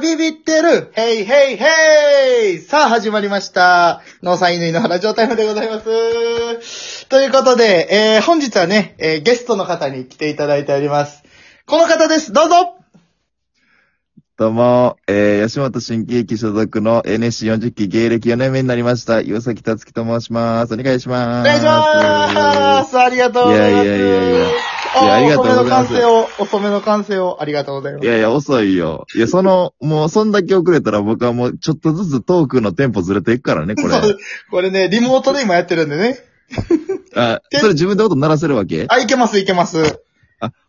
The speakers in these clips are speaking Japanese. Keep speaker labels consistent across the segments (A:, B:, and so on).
A: ビビってるヘイヘイヘイさあ始まりました。農産犬の原状態でございます。ということで、えー、本日はね、えー、ゲストの方に来ていただいております。この方ですどうぞ
B: どうも、えー、吉本新喜劇所属の NSC40 期芸歴4年目になりました、岩崎達樹と申します。お願いします。
A: お願いしますありがとうございます
B: いやいやいやいや
A: あ
B: いやありがと
A: 遅め
B: う
A: の
B: ございま
A: 完
B: す
A: 成を、遅めの完成をありがとうございます。
B: いやいや、遅いよ。いや、その、もう、そんだけ遅れたら僕はもう、ちょっとずつトークのテンポずれていくからね、これ。
A: そうこれね、リモートで今やってるんでね。
B: あ、それ自分で音鳴らせるわけ
A: あ、いけますいけます。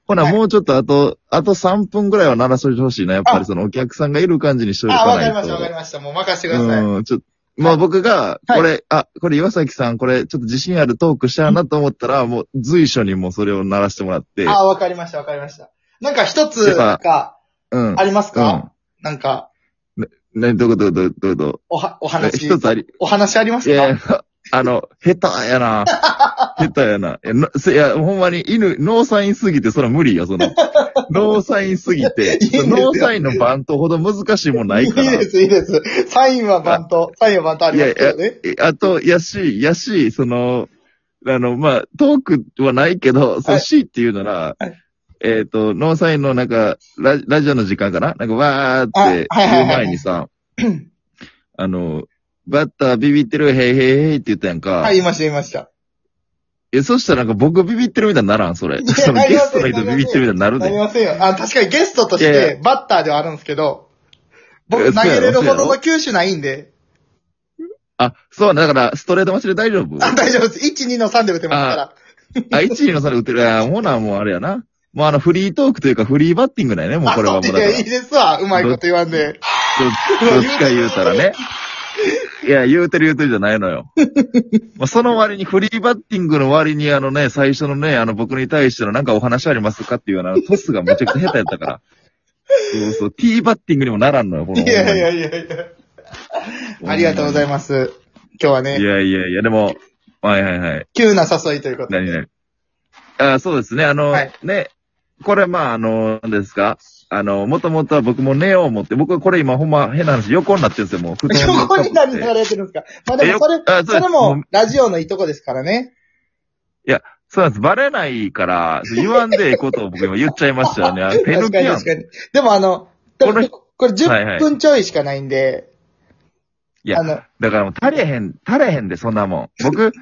B: ほな、
A: はい
B: もうちょっとあと、あと3分ぐらいは鳴らしといてほしいな。やっぱりその、お客さんがいる感じにしといて
A: あ、
B: か
A: わか
B: ない
A: り
B: と。
A: ましたわかりました。もう任せてください。
B: うん、ちょっと、ま
A: は
B: あ
A: い
B: 僕が、
A: はい
B: これ、あ、これ岩崎さん、これちょっと自信あるトークしたなと思ったら、もう随所にもうそれを鳴らしてもらって、
A: あ、わかりましたわかりました。なんか一つ
B: やっぱ
A: か、
B: うん。
A: あります
B: う
A: か、
B: ん。
A: なんか、
B: ね、どういうことどういうことどういうこ
A: おは、お
B: とえ
A: 話
B: 一、つあり、
A: お話ありま
B: い
A: す
B: やい
A: か
B: や、あの、下手や な。下手やな。いや、のせいやほんまに犬、ノーサインすぎて、それは無理よ、その。ノーサインすぎて
A: いいんですよ、
B: ノーサインのバントほど難しいもんないい
A: い
B: から。
A: です、いいです。サインはバント、サインはバントありますけどね。
B: えあと、やし、やし、その、あの、まあ、トークはないけど、そ
A: は
B: の
A: い
B: C っていうなら、えっ、と、ノーサインのなんかラジ、ラジオの時間かななんか、わーって
A: あはいはい
B: 言う
A: はいはい
B: 前に さ、あの、バッタービビってる、へいへいへいって言ったやんか。
A: はい、言いました、言いました。
B: え、そしたらなんか僕ビビってるみたいにならん、それ。
A: いや
B: その
A: なり
B: ゲ
A: ませ
B: ス
A: ん
B: トの人ビビってるみたいになる
A: なり
B: で。
A: ませんよ。あ、確かにゲストとし
B: いやい
A: て、バッターではあるんですけど、
B: い
A: 僕
B: や
A: 投げれる
B: そうや
A: ほ
B: ろ
A: どの球種ないんで、
B: あ、そう、だから、ストレート待ちで大丈夫
A: あ、大丈夫です。1、2の3で打てますから。
B: あ、1位のそれ打ってる。あ、ほな、もうあれやな。もうあの、フリートークというか、フリーバッティングだよね、もう
A: あ、
B: これは
A: そ
B: も
A: っ
B: う
A: ち
B: だから。
A: でいいですわ。うまいこと言わんで。
B: どどっちか言うたらね。いや、言うてる言うてるじゃないのよ。まあ、その割に、フリーバッティングの割に、あのね、最初のね、あの、僕に対してのなんかお話ありますかっていうような、トスがめちゃくちゃ下手やったから。そうそう、ティーバッティングにもならんのよ、こ
A: い
B: の。
A: やいやいやいや。ありがとうございます。今日はね
B: い、やいやいや、でも、はいはいはい。
A: 急な誘いということで。
B: 何々。あそうですね、あの、
A: はい
B: ね、これまあ、あの、何ですかあの、もともとは僕もネオを持って、僕はこれ今ほんま変な話、横になってるんですよ、もう。布団
A: 横に何
B: かぶ
A: や
B: っ
A: ら
B: て
A: れてるんですかまあで
B: え
A: も
B: よ
A: それ、
B: あそうです
A: それもラジオのいいとこですからね。
B: そうなんです。バレないから、言わんでええことを僕今言っちゃいましたよね。あ手
A: 確
B: 抜き
A: かに
B: やん
A: 確。かに。でもあの、でも
B: この
A: これ
B: はいは
A: 10
B: い
A: 分ちょいしかないんで、
B: いや
A: あ、の、
B: だからもう足れへん、足れへんで、そんなもん。僕、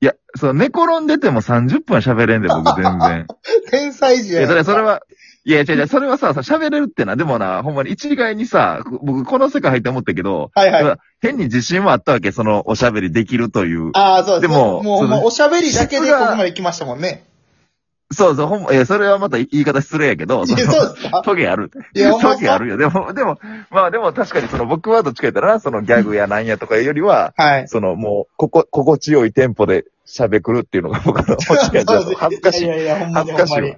B: いや、その寝転んでても30分喋れんで、僕 全然。
A: 天才児
B: いや、それ、それ
A: は。
B: は、いや、違う違う、それはさ、さ喋れるってな、でもな、ほんまに一概にさ、こ僕この世界入って思ったけど、
A: はいはい
B: でも変に自信もあったわけ、そのおしゃべりできるという。
A: ああ、そうです。
B: でも
A: もう、
B: その
A: もうおしゃべりだけで
B: 質
A: こ
B: が
A: こまで来ましたもんね。
B: そうそう、ほんま、いや、それはまた言い方失礼やけど、
A: いや
B: の
A: そうですか
B: トゲある。
A: いやほんま
B: トゲあるよ。でも、でも、まあでも確かにその僕はどっちか言ったら、そのギャグやなんやとかよりは、
A: はい。
B: そのもう、ここ、心地よいテンポで喋くるっていうのが 僕の持ち味だと恥ずかしい
A: い。やいやいや、ほんま
B: 恥
A: に
B: ず
A: ほ
B: か
A: ん
B: しい
A: ま
B: わ
A: に。。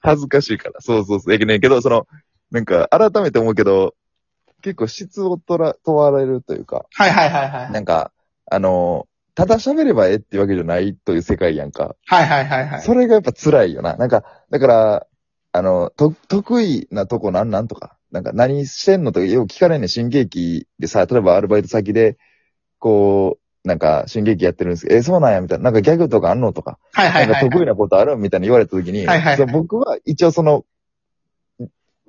B: 恥ずかしいから。そうそうそう。やけどねけど、その、なんか、改めて思うけど、結構質をとら、問われるというか、
A: はいはいはいはい。
B: なんか、あの、ただ喋ればええってわけじゃないという世界やんか。
A: はいはいはいはい。
B: それがやっぱ辛いよな。なんか、だから、あの、と、得意なとこなんなんとか、なんか何してんのとかよく聞かれんねん、新劇でさ、例えばアルバイト先で、こう、なんか、新劇やってるんですけど、え、そうなんや、みたいな、なんかギャグとかあんのとか、
A: はいは
B: ないんか
A: はい
B: 得
A: は
B: 意
A: い。
B: なことあるみたいな言われた時に、
A: はいはいはい
B: そう僕は一応その、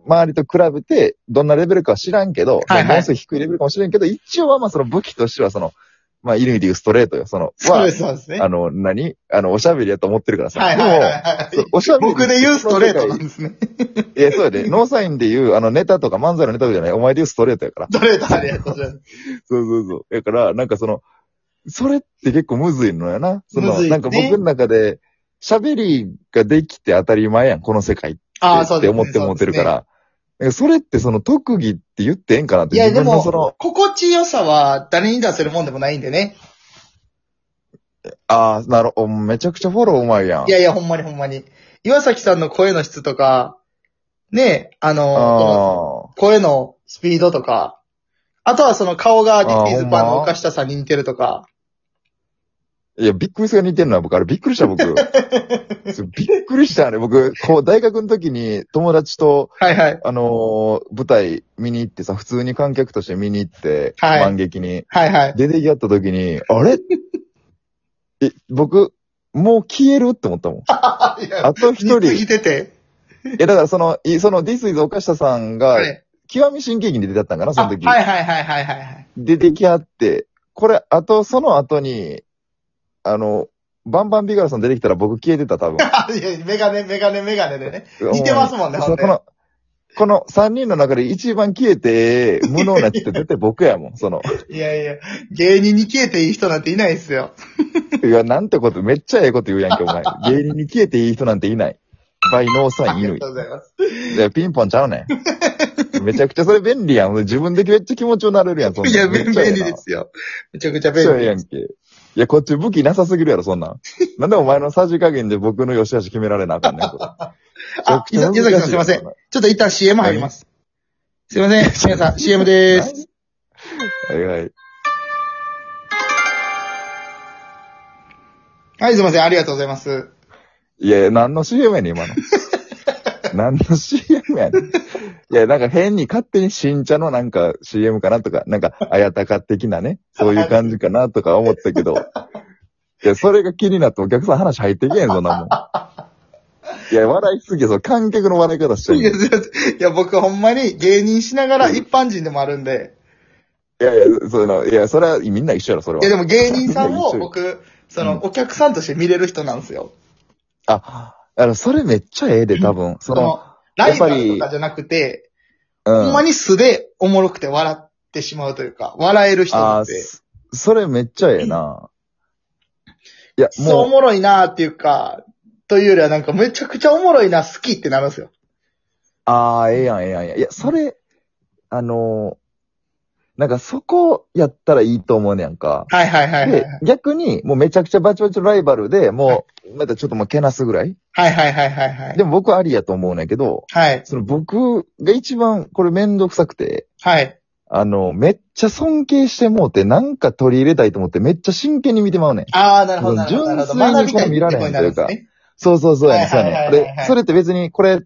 B: 周りと比べて、どんなレベルかは知らんけど、
A: はいはい
B: まあものすごい低いレベルかもしれんけど、一応はまあその武器としてはその、まあ、犬でいうストレートよ、その、
A: そうです、そうですね。
B: あ
A: は
B: の、何あの、おしゃべりやと思ってるからさ。
A: いはいはい
B: でも
A: は
B: そうおしゃ
A: い。
B: べり。
A: 僕で言うストレートなんですね。
B: いや、そうやで。ノーサインで言う、あの、ネタとか漫才のネタとかじゃない。お前で言うストレートやから。
A: ストレートありがとうございます。
B: そうそうそう。やから、なんかその、それって結構むずいのよな。そ
A: む
B: の、
A: ずいね
B: なんか僕の中で、喋りができて当たり前やん、この世界って。
A: ああ、そうですね。
B: って思って持ってるか
A: そうですね
B: ら。なんかそれってその特技って言ってええんかなって。
A: いや、で
B: 自分のそ
A: も
B: の、、
A: 心地よさは誰に出せるもんでもないんでね。
B: ああ、なるほど。めちゃくちゃフォローうまいやん。
A: いやいや、ほんまにほんまに。岩崎さんの声の質とか、ねえ、あの、こ
B: ああ
A: の。声のスピードとか、あとはその顔がディズニーズパンの
B: あほんま
A: 岡下さんに似てるとか、
B: いや、ビックリスが似てるのは僕、あれびっく りした僕。そうびっくりしたあれ僕、こう、大学の時に友達と、
A: はいはい。
B: あのー舞台見に行ってさ、普通に観客として見に行って、
A: はい
B: 満劇に。
A: はいはい。
B: 出てき合った時に、あれえ、僕、もう消えるって思ったもん。
A: あ、いや、
B: あと一人。
A: 似
B: い
A: てて。
B: や、だからその、いその、This is 岡下さんが、
A: はい。
B: 極み新喜劇に出てたったんかな、そ
A: あ
B: の
A: はい
B: 時。
A: はいはいはいはいはい。
B: 出てきあって、これ、あと、その後に、あの、バンバンビガロさん出てきたら僕消えてた、多分。
A: あ、いや、メガネ、メガネ、メガネでね。似てますもんね
B: そ
A: ほん
B: う
A: で
B: この、この3人の中で一番消えて、無能な人って絶対僕や もん、その。
A: いやいや、芸人に消えていい人なんていないですよ。
B: いや、なんてこと、めっちゃええこと言うやんけ、お 前。芸人に消えていい人なんていない。バイノーサ
A: あ
B: イン
A: りが
B: 犬
A: とうございます。
B: いや、ピンポンちゃうねん。めちゃくちゃそれ便利やん。自分でめっちゃ気持ちよなれるやん、そんなん
A: いや、便
B: めっちゃええ
A: 利
B: な
A: ですよ。めちゃくちゃ
B: めっちゃ
A: 便
B: ええ
A: 利
B: や
A: で
B: ん
A: す。
B: け。いや、こっち武器なさすぎるやろ、そんなん。なんでお前のさじ加減で僕の良し悪し決められなあかんね ん、これ。
A: あ、ゆざゆざきさんすいません。
B: あ
A: ちょっと一旦 CM 入ります。すいません。皆さん、CM でーす。
B: はいはい。
A: はい、すいません。ありがとうございます。
B: いや、何の CM やねん、 今の。何の CM やねん。いや、なんか変に勝手に新茶のなんか CM かなとか、なんか、あやたか的なね、そういう感じかなとか思ったけど、いや、それが気になってお客さん話入ってけへん、そんなもん。いや、笑いすぎや、その観客の笑い方してる。
A: い
B: い
A: や、すいませんいや僕ほんまに芸人しながら一般人でもあるんで。
B: やいや、その、いや、それはみんな一緒やろ、それ
A: いや、
B: は。
A: でも芸人さん
B: い
A: を
B: や
A: 僕、そうの、お客さんとして見れる人なんですよ。
B: あ、あの、それめっちゃええで、多分。
A: そ
B: その、
A: の、ラ
B: やっ
A: イバ
B: ぱり
A: ルとかじゃなくて、
B: うん。
A: ほんまに素でおもろくて笑ってしまうというか、笑える人
B: あ
A: っ
B: ー
A: て、
B: そそれめっちゃええな。いや、
A: そうお
B: もう、
A: もろいなーっていうか、というよりはなんかめちゃくちゃおもろいな、好きってなるんですよ。
B: ああ、ええやん、ええやん。いやいや、それ、あのーなんかそこやったらいいと思うねやんか。
A: はいはいはいはい
B: で。、逆に、もうめちゃくちゃバチバチのライバルで、もう、またちょっともうけなすぐらい
A: はいはいはいはいはい。
B: でも僕ありやと思うねんけど、
A: はい。
B: その僕が一番これめんどくさくて、
A: はい。
B: あの、めっちゃ尊敬してもうて、なんか取り入れたいと思って、めっちゃ真剣に見てまうねん。
A: ああ、なるほどなるほど。なるほど
B: 純粋に
A: 学びたい
B: こう見られ
A: っ
B: へん
A: てことになるんです
B: と
A: ね。
B: そうそうそうやね、そう
A: は
B: や
A: いはいはい
B: ね
A: は。い
B: で、それって別に、これ、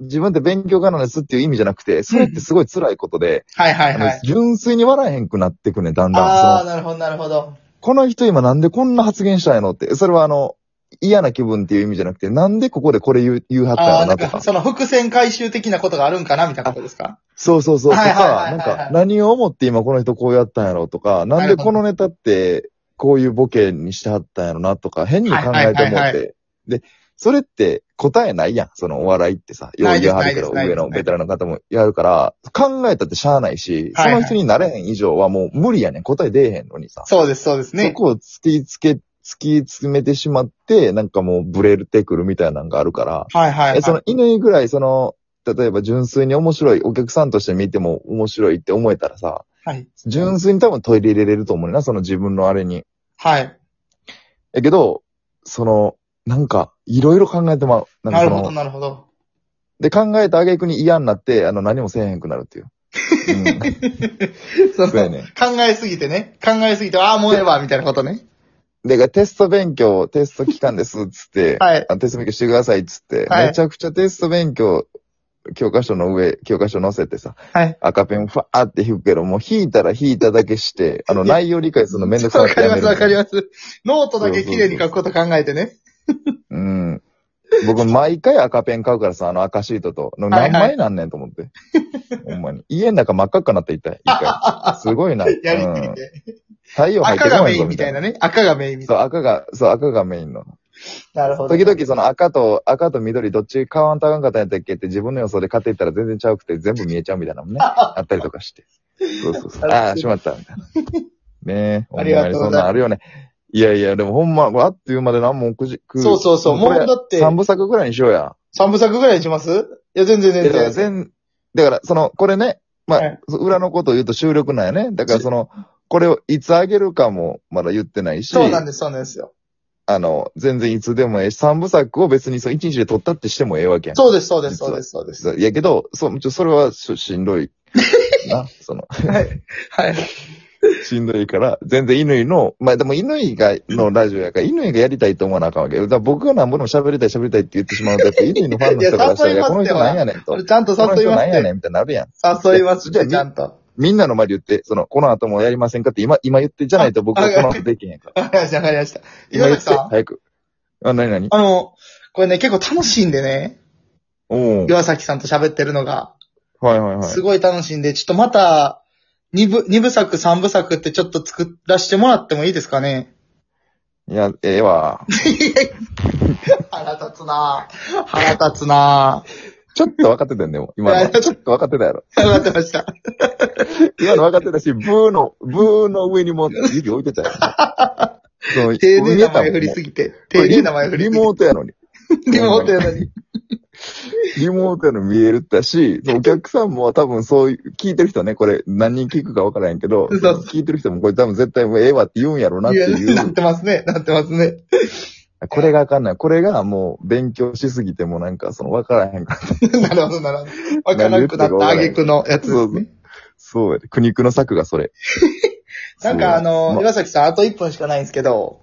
B: 自分って勉強家なんですっていう意味じゃなくて、それってすごい辛いことで、
A: はいはい
B: あ
A: は
B: の
A: い。
B: 純粋に笑えへんくなってくね、だん
A: あ
B: だ
A: あ、
B: ん。その
A: なるほどなるほど。
B: この人今なんでこんな発言したんやのって、それはあの、嫌な気分っていう意味じゃなくて、なんでここでこれ言う、言うはったんや
A: ああ
B: ろ
A: ー、な
B: なんと
A: か、
B: か。
A: その伏線回収的なことがあるんかなみたいなことですか
B: そうそうそう。と
A: はいはいは
B: か、
A: いはい
B: なん
A: はい
B: か、何を思って今この人こうやったんやろとか、なんでこのネタって、こういうボケにしてはったんやろなとか、変に考えて
A: はいはい
B: 思
A: は
B: っ
A: いは
B: て。で、それって答えないやん。そのお笑いってさ、よう
A: ないです
B: 言わはるけど、
A: ないです
B: 上
A: ない
B: の
A: です
B: ベテランの方もやるから、考えたってしゃあないし、
A: は
B: そ
A: いはい
B: の人になれへん以上はもう無理やねん。答え出えへんのにさ。
A: そうですそうです
B: そ
A: ね。
B: こを突きつけ、突き詰めてしまって、なんかもうブレてくるみたいなのがあるから、
A: はいはいは
B: え、
A: い。
B: その乾ぐらい、その、例えば純粋に面白い、お客さんとして見ても面白いって思えたらさ、
A: はい。
B: 純粋に多分取り入れれると思うねんな、その自分のあれに。
A: はい。
B: やけど、その、なんか、いろいろ考えてまう。なんか
A: な
B: そ
A: る
B: の
A: ほどなるほど。
B: で、考えた挙句に嫌になって、あの、何もせえへんくなるっていう。
A: そう
B: うん、そうやねん。
A: 考えすぎてね。考えすぎて、ああ、もうええわ、みたいなことね。
B: で、テスト勉強、テスト期間です、つって、
A: はい
B: あのテスト勉強してください、つって、
A: はい
B: めちゃくちゃテスト勉強、教科書の上、教科書載せてさ、
A: はい
B: 赤ペンファーって引くけど、もう引いたら引いただけして、あの、
A: いや
B: 内容理解するのめんどくさ
A: わ
B: く
A: か
B: て
A: り
B: や
A: ま
B: め
A: す
B: る。
A: わかり
B: ま
A: ます。ノートだけ綺麗に書くこと考えてね。
B: す。うん。僕、毎回赤ペン買うからさ、あの赤シートと、の
A: はいは
B: 何
A: い
B: 枚なんねんと思って。ほんまに。家の中真っ赤っかなって一体、一 回。すごいな。
A: やりす
B: う
A: ぎ
B: ん
A: て。
B: 太陽入って
A: 赤が
B: こな
A: メ
B: い
A: イ
B: ぞ
A: ンみ
B: みた
A: た
B: い
A: い
B: な。
A: なね。赤がメインみた
B: そ、
A: いう
B: 赤が、そう、赤がメインの。
A: な。なるほど。
B: 時々その赤と、赤と緑どっち買わんとあかんかったんやったっけって自分の予想で買っていったら全然ちゃうくて全部見えちゃうみたいな のもね、あったりとかして。そうそうそう。ああ、しまった、みたいな。ねえ、ほんま
A: あ
B: に
A: りがとうございます
B: そんなんあるよね。いやいや、でもほんま、あっという間で何もくじ、く
A: そうそうそうもう
B: これ
A: だって
B: 三部作ぐらいにしようや。
A: 3部作ぐらいにしますいや、全然
B: だ
A: 全
B: から
A: 然。
B: 全、だからその、これね、ま
A: は
B: あ、そう裏のことを言うと収録なんやね。だからその、これをいつあげるかもまだ言ってないし、
A: そうなんです、そうなんですよ。
B: あの、全然いつでもええし、三部作を別にその一日で撮ったってしてもええわけやん。
A: そうです、そうです、
B: 実
A: そ
B: は
A: うです、そうです。
B: そうい やけど、そう、ちょ、それはししんどい。な、その。
A: はい。はい。
B: しんどいから、全然犬の、まあでも犬が、のラジオやから、犬がやりたいと思わなあかんわけ。だから僕がなんぼでも喋りたい喋りたいって言ってしまうと、や っぱ犬のファンの人からしたら、
A: い
B: い
A: や
B: やこ
A: 誘い
B: の
A: ますよ
B: 人なんやねんと。
A: 俺ちゃんと
B: この
A: 誘い
B: 人
A: ま
B: なん
A: す
B: や
A: っ
B: ねんってなるやん。
A: て。誘いますって、ちゃん と。
B: みんなの前で言って、その、この後もやりませんかって今、今言ってじゃないと僕はこの後できへんやんから。
A: わかりました、わかりました。
B: 今
A: 岩
B: 言っ
A: 崎
B: て、
A: さん
B: 早く。あ、なになに
A: あの、これね、結構楽しいんでね、
B: おう
A: 岩崎さんと喋ってるのが、
B: はいはいはい。
A: すごい楽しいんで、ちょっとまた、二部、二部作、三部作ってちょっと作らせてもらってもいいですかね
B: いや、ええわ。
A: 腹立つなぁ腹立つなぁ
B: ちょっと分かってたんだよ、今の。ちょっと分かってたやろ。
A: わかってました。
B: 今の分かってたし、ブーの、ブーの上にも指置いてたやろ。そ う
A: 丁寧な前振りすぎて。丁寧な前振りす
B: リ
A: ぎて。
B: モートやのに。
A: リモートやのに。
B: リモートやのに見えるったし、お客さんも多分そういう、聞いてる人ね、これ何人聞くか分からへんけど、
A: そうそう
B: 聞いてる人もこれ多分絶対もうええわって言うんやろうなって
A: い やなっ
B: いう。
A: てますね。なってますね。
B: これがわかんない。これがもう勉強しすぎてもなんかその分からへんから。
A: なるほど、なるほど。わからなくなった挙句のやつですね。
B: そうやで。苦肉の策がそれ。
A: なんかあ
B: そう
A: の、
B: ま
A: 岩崎さん、あと1分しかないんですけど、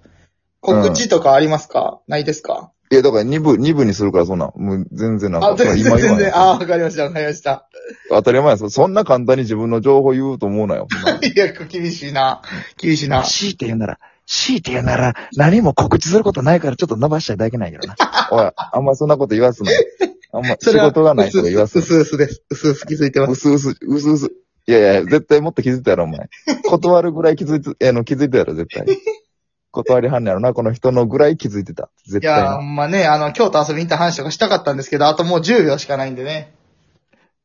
A: 告知とかありますか、ないですか
B: いや、だから2部、二部にするからそんなん。もう全然なんか。
A: あ、全然、
B: 今言わ
A: 全
B: ない
A: 然。あ、わかりました、わかりました。
B: 当たり前です。そんな簡単に自分の情報言うと思うなよ。
A: いや、厳しいな。厳しいな。
B: 強いて言う なら、強いて言うなら、何も告知することないからちょっと伸ばしたいだけないけどな。 おい、あんまそんなこと言わすなよ。あんま仕事がないとか言わす
A: う
B: な
A: すうすです。うすうす気づいて
B: よ。
A: ま
B: う
A: す。
B: すうす、うすうす。いやいや、絶対もっと気づいたやろ、お前。断るぐらい気づいて、あの、気づいてたやろ、絶対。断りはんねやろな、この人のぐらい気づいてた。絶
A: いや、ほ
B: 対に。
A: んまね、あの、京都遊びに行った話とかしたかったんですけど、あともう10秒しかないんでね。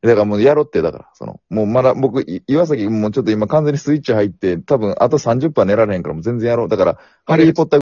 B: だからもうやろって、だから、その、もうまだ僕、い岩崎もうちょっと今完全にスイッチ入って、多分あと30分は寝られへんから、もう全然やろう。だから、ハリーポッター